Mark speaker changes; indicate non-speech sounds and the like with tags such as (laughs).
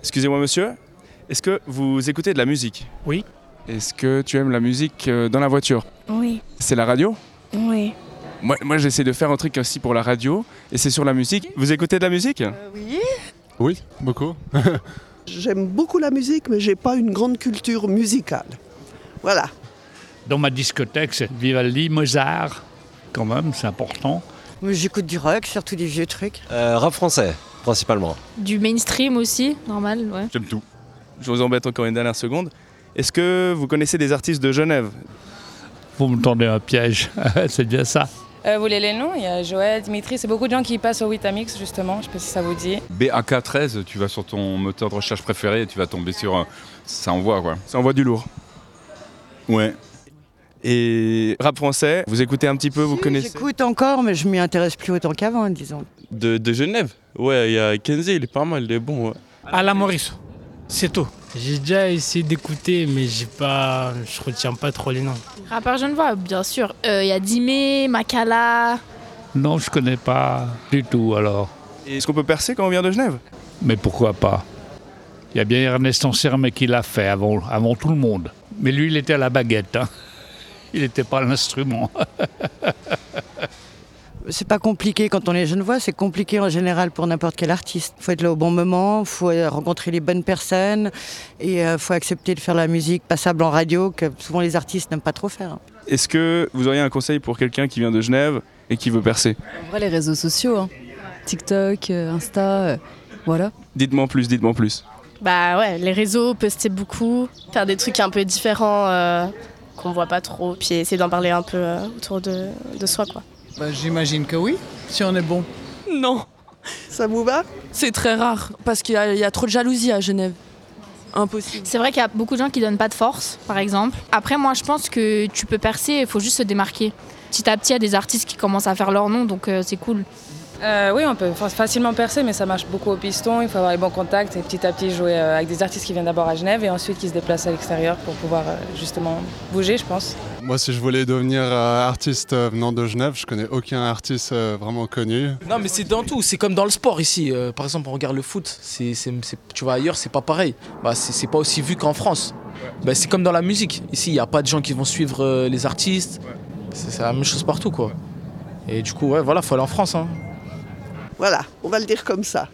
Speaker 1: Excusez-moi monsieur, est-ce que vous écoutez de la musique
Speaker 2: Oui.
Speaker 1: Est-ce que tu aimes la musique euh, dans la voiture
Speaker 3: Oui,
Speaker 1: C'est la radio
Speaker 3: oui.
Speaker 1: Moi, moi j'essaie de faire un truc aussi pour la radio et c'est sur la musique. Vous écoutez de la musique
Speaker 4: Euh,
Speaker 5: Oui,
Speaker 6: Oui, beaucoup.
Speaker 5: j'aime beaucoup la musique, mais j'ai pas une grande culture musicale. Voilà.
Speaker 2: Dans ma discothèque, c'est Vivaldi, Mozart, quand même, c'est important.
Speaker 4: J'écoute du rock, surtout des vieux trucs.
Speaker 7: Euh, rap français, principalement.
Speaker 8: Du mainstream aussi, normal, ouais.
Speaker 1: J'aime tout. Je vous embête encore une dernière seconde. Est-ce que vous connaissez des artistes de Genève
Speaker 2: Vous me tendez un piège, (laughs) c'est bien ça.
Speaker 9: Euh, vous voulez les noms Il y a Joël, Dimitri, c'est beaucoup de gens qui passent au Witamix justement, je sais pas si ça vous dit.
Speaker 6: BAK13, tu vas sur ton moteur de recherche préféré et tu vas tomber sur. euh, Ça envoie quoi.
Speaker 1: Ça envoie du lourd.
Speaker 6: Ouais.
Speaker 1: Et rap français, vous écoutez un petit peu, vous
Speaker 4: Si,
Speaker 1: connaissez
Speaker 4: J'écoute encore, mais je m'y intéresse plus autant qu'avant, disons.
Speaker 10: De, de Genève Ouais, il y a Kenzie, il est pas mal, il est bon. ouais.
Speaker 2: Alain Maurice, c'est tout.
Speaker 11: J'ai déjà essayé d'écouter, mais j'ai pas, je retiens pas trop les noms.
Speaker 8: Rappeur Genevois, bien sûr. Il y a Dimé, Makala.
Speaker 2: Non, je connais pas du tout alors.
Speaker 1: Et Est-ce qu'on peut percer quand on vient de Genève
Speaker 2: Mais pourquoi pas Il y a bien Ernest Anserme qui l'a fait avant, avant tout le monde. Mais lui, il était à la baguette. hein. (laughs) Il n'était pas à l'instrument.
Speaker 4: C'est pas compliqué quand on est genevois, c'est compliqué en général pour n'importe quel artiste. Faut être là au bon moment, faut euh, rencontrer les bonnes personnes et euh, faut accepter de faire la musique passable en radio que souvent les artistes n'aiment pas trop faire.
Speaker 1: Est-ce que vous auriez un conseil pour quelqu'un qui vient de Genève et qui veut percer
Speaker 12: En vrai, les réseaux sociaux, hein. TikTok, euh, Insta, euh, voilà.
Speaker 1: Dites-moi en plus, dites-moi en plus.
Speaker 8: Bah ouais, les réseaux, poster beaucoup, faire des trucs un peu différents euh, qu'on voit pas trop, puis essayer d'en parler un peu euh, autour de, de soi, quoi.
Speaker 4: J'imagine que oui, si on est bon.
Speaker 12: Non,
Speaker 5: Ça vous va
Speaker 12: c'est très rare parce qu'il y, a- il y a trop de jalousie à Genève. Impossible.
Speaker 8: C'est vrai qu'il y a beaucoup de gens qui donnent pas de force, par exemple. Après, moi, je pense que tu peux percer, il faut juste se démarquer. Petit à petit, il y a des artistes qui commencent à faire leur nom, donc euh, c'est cool.
Speaker 9: Euh, oui, on peut fa- facilement percer, mais ça marche beaucoup au piston. Il faut avoir les bons contacts et petit à petit jouer euh, avec des artistes qui viennent d'abord à Genève et ensuite qui se déplacent à l'extérieur pour pouvoir euh, justement bouger, je pense.
Speaker 13: Moi, si je voulais devenir euh, artiste euh, venant de Genève, je connais aucun artiste euh, vraiment connu.
Speaker 10: Non, mais c'est dans tout. C'est comme dans le sport ici. Euh, par exemple, on regarde le foot. c'est- c'est- c'est- tu vas ailleurs, c'est pas pareil. Bah, c'est c'est pas aussi vu qu'en France. Bah, c'est comme dans la musique. Ici, il n'y a pas de gens qui vont suivre euh, les artistes. C'est c'est la même chose partout, quoi. Et du coup, ouais, voilà, faut aller en France. hein.
Speaker 5: Voilà, on va le dire comme ça.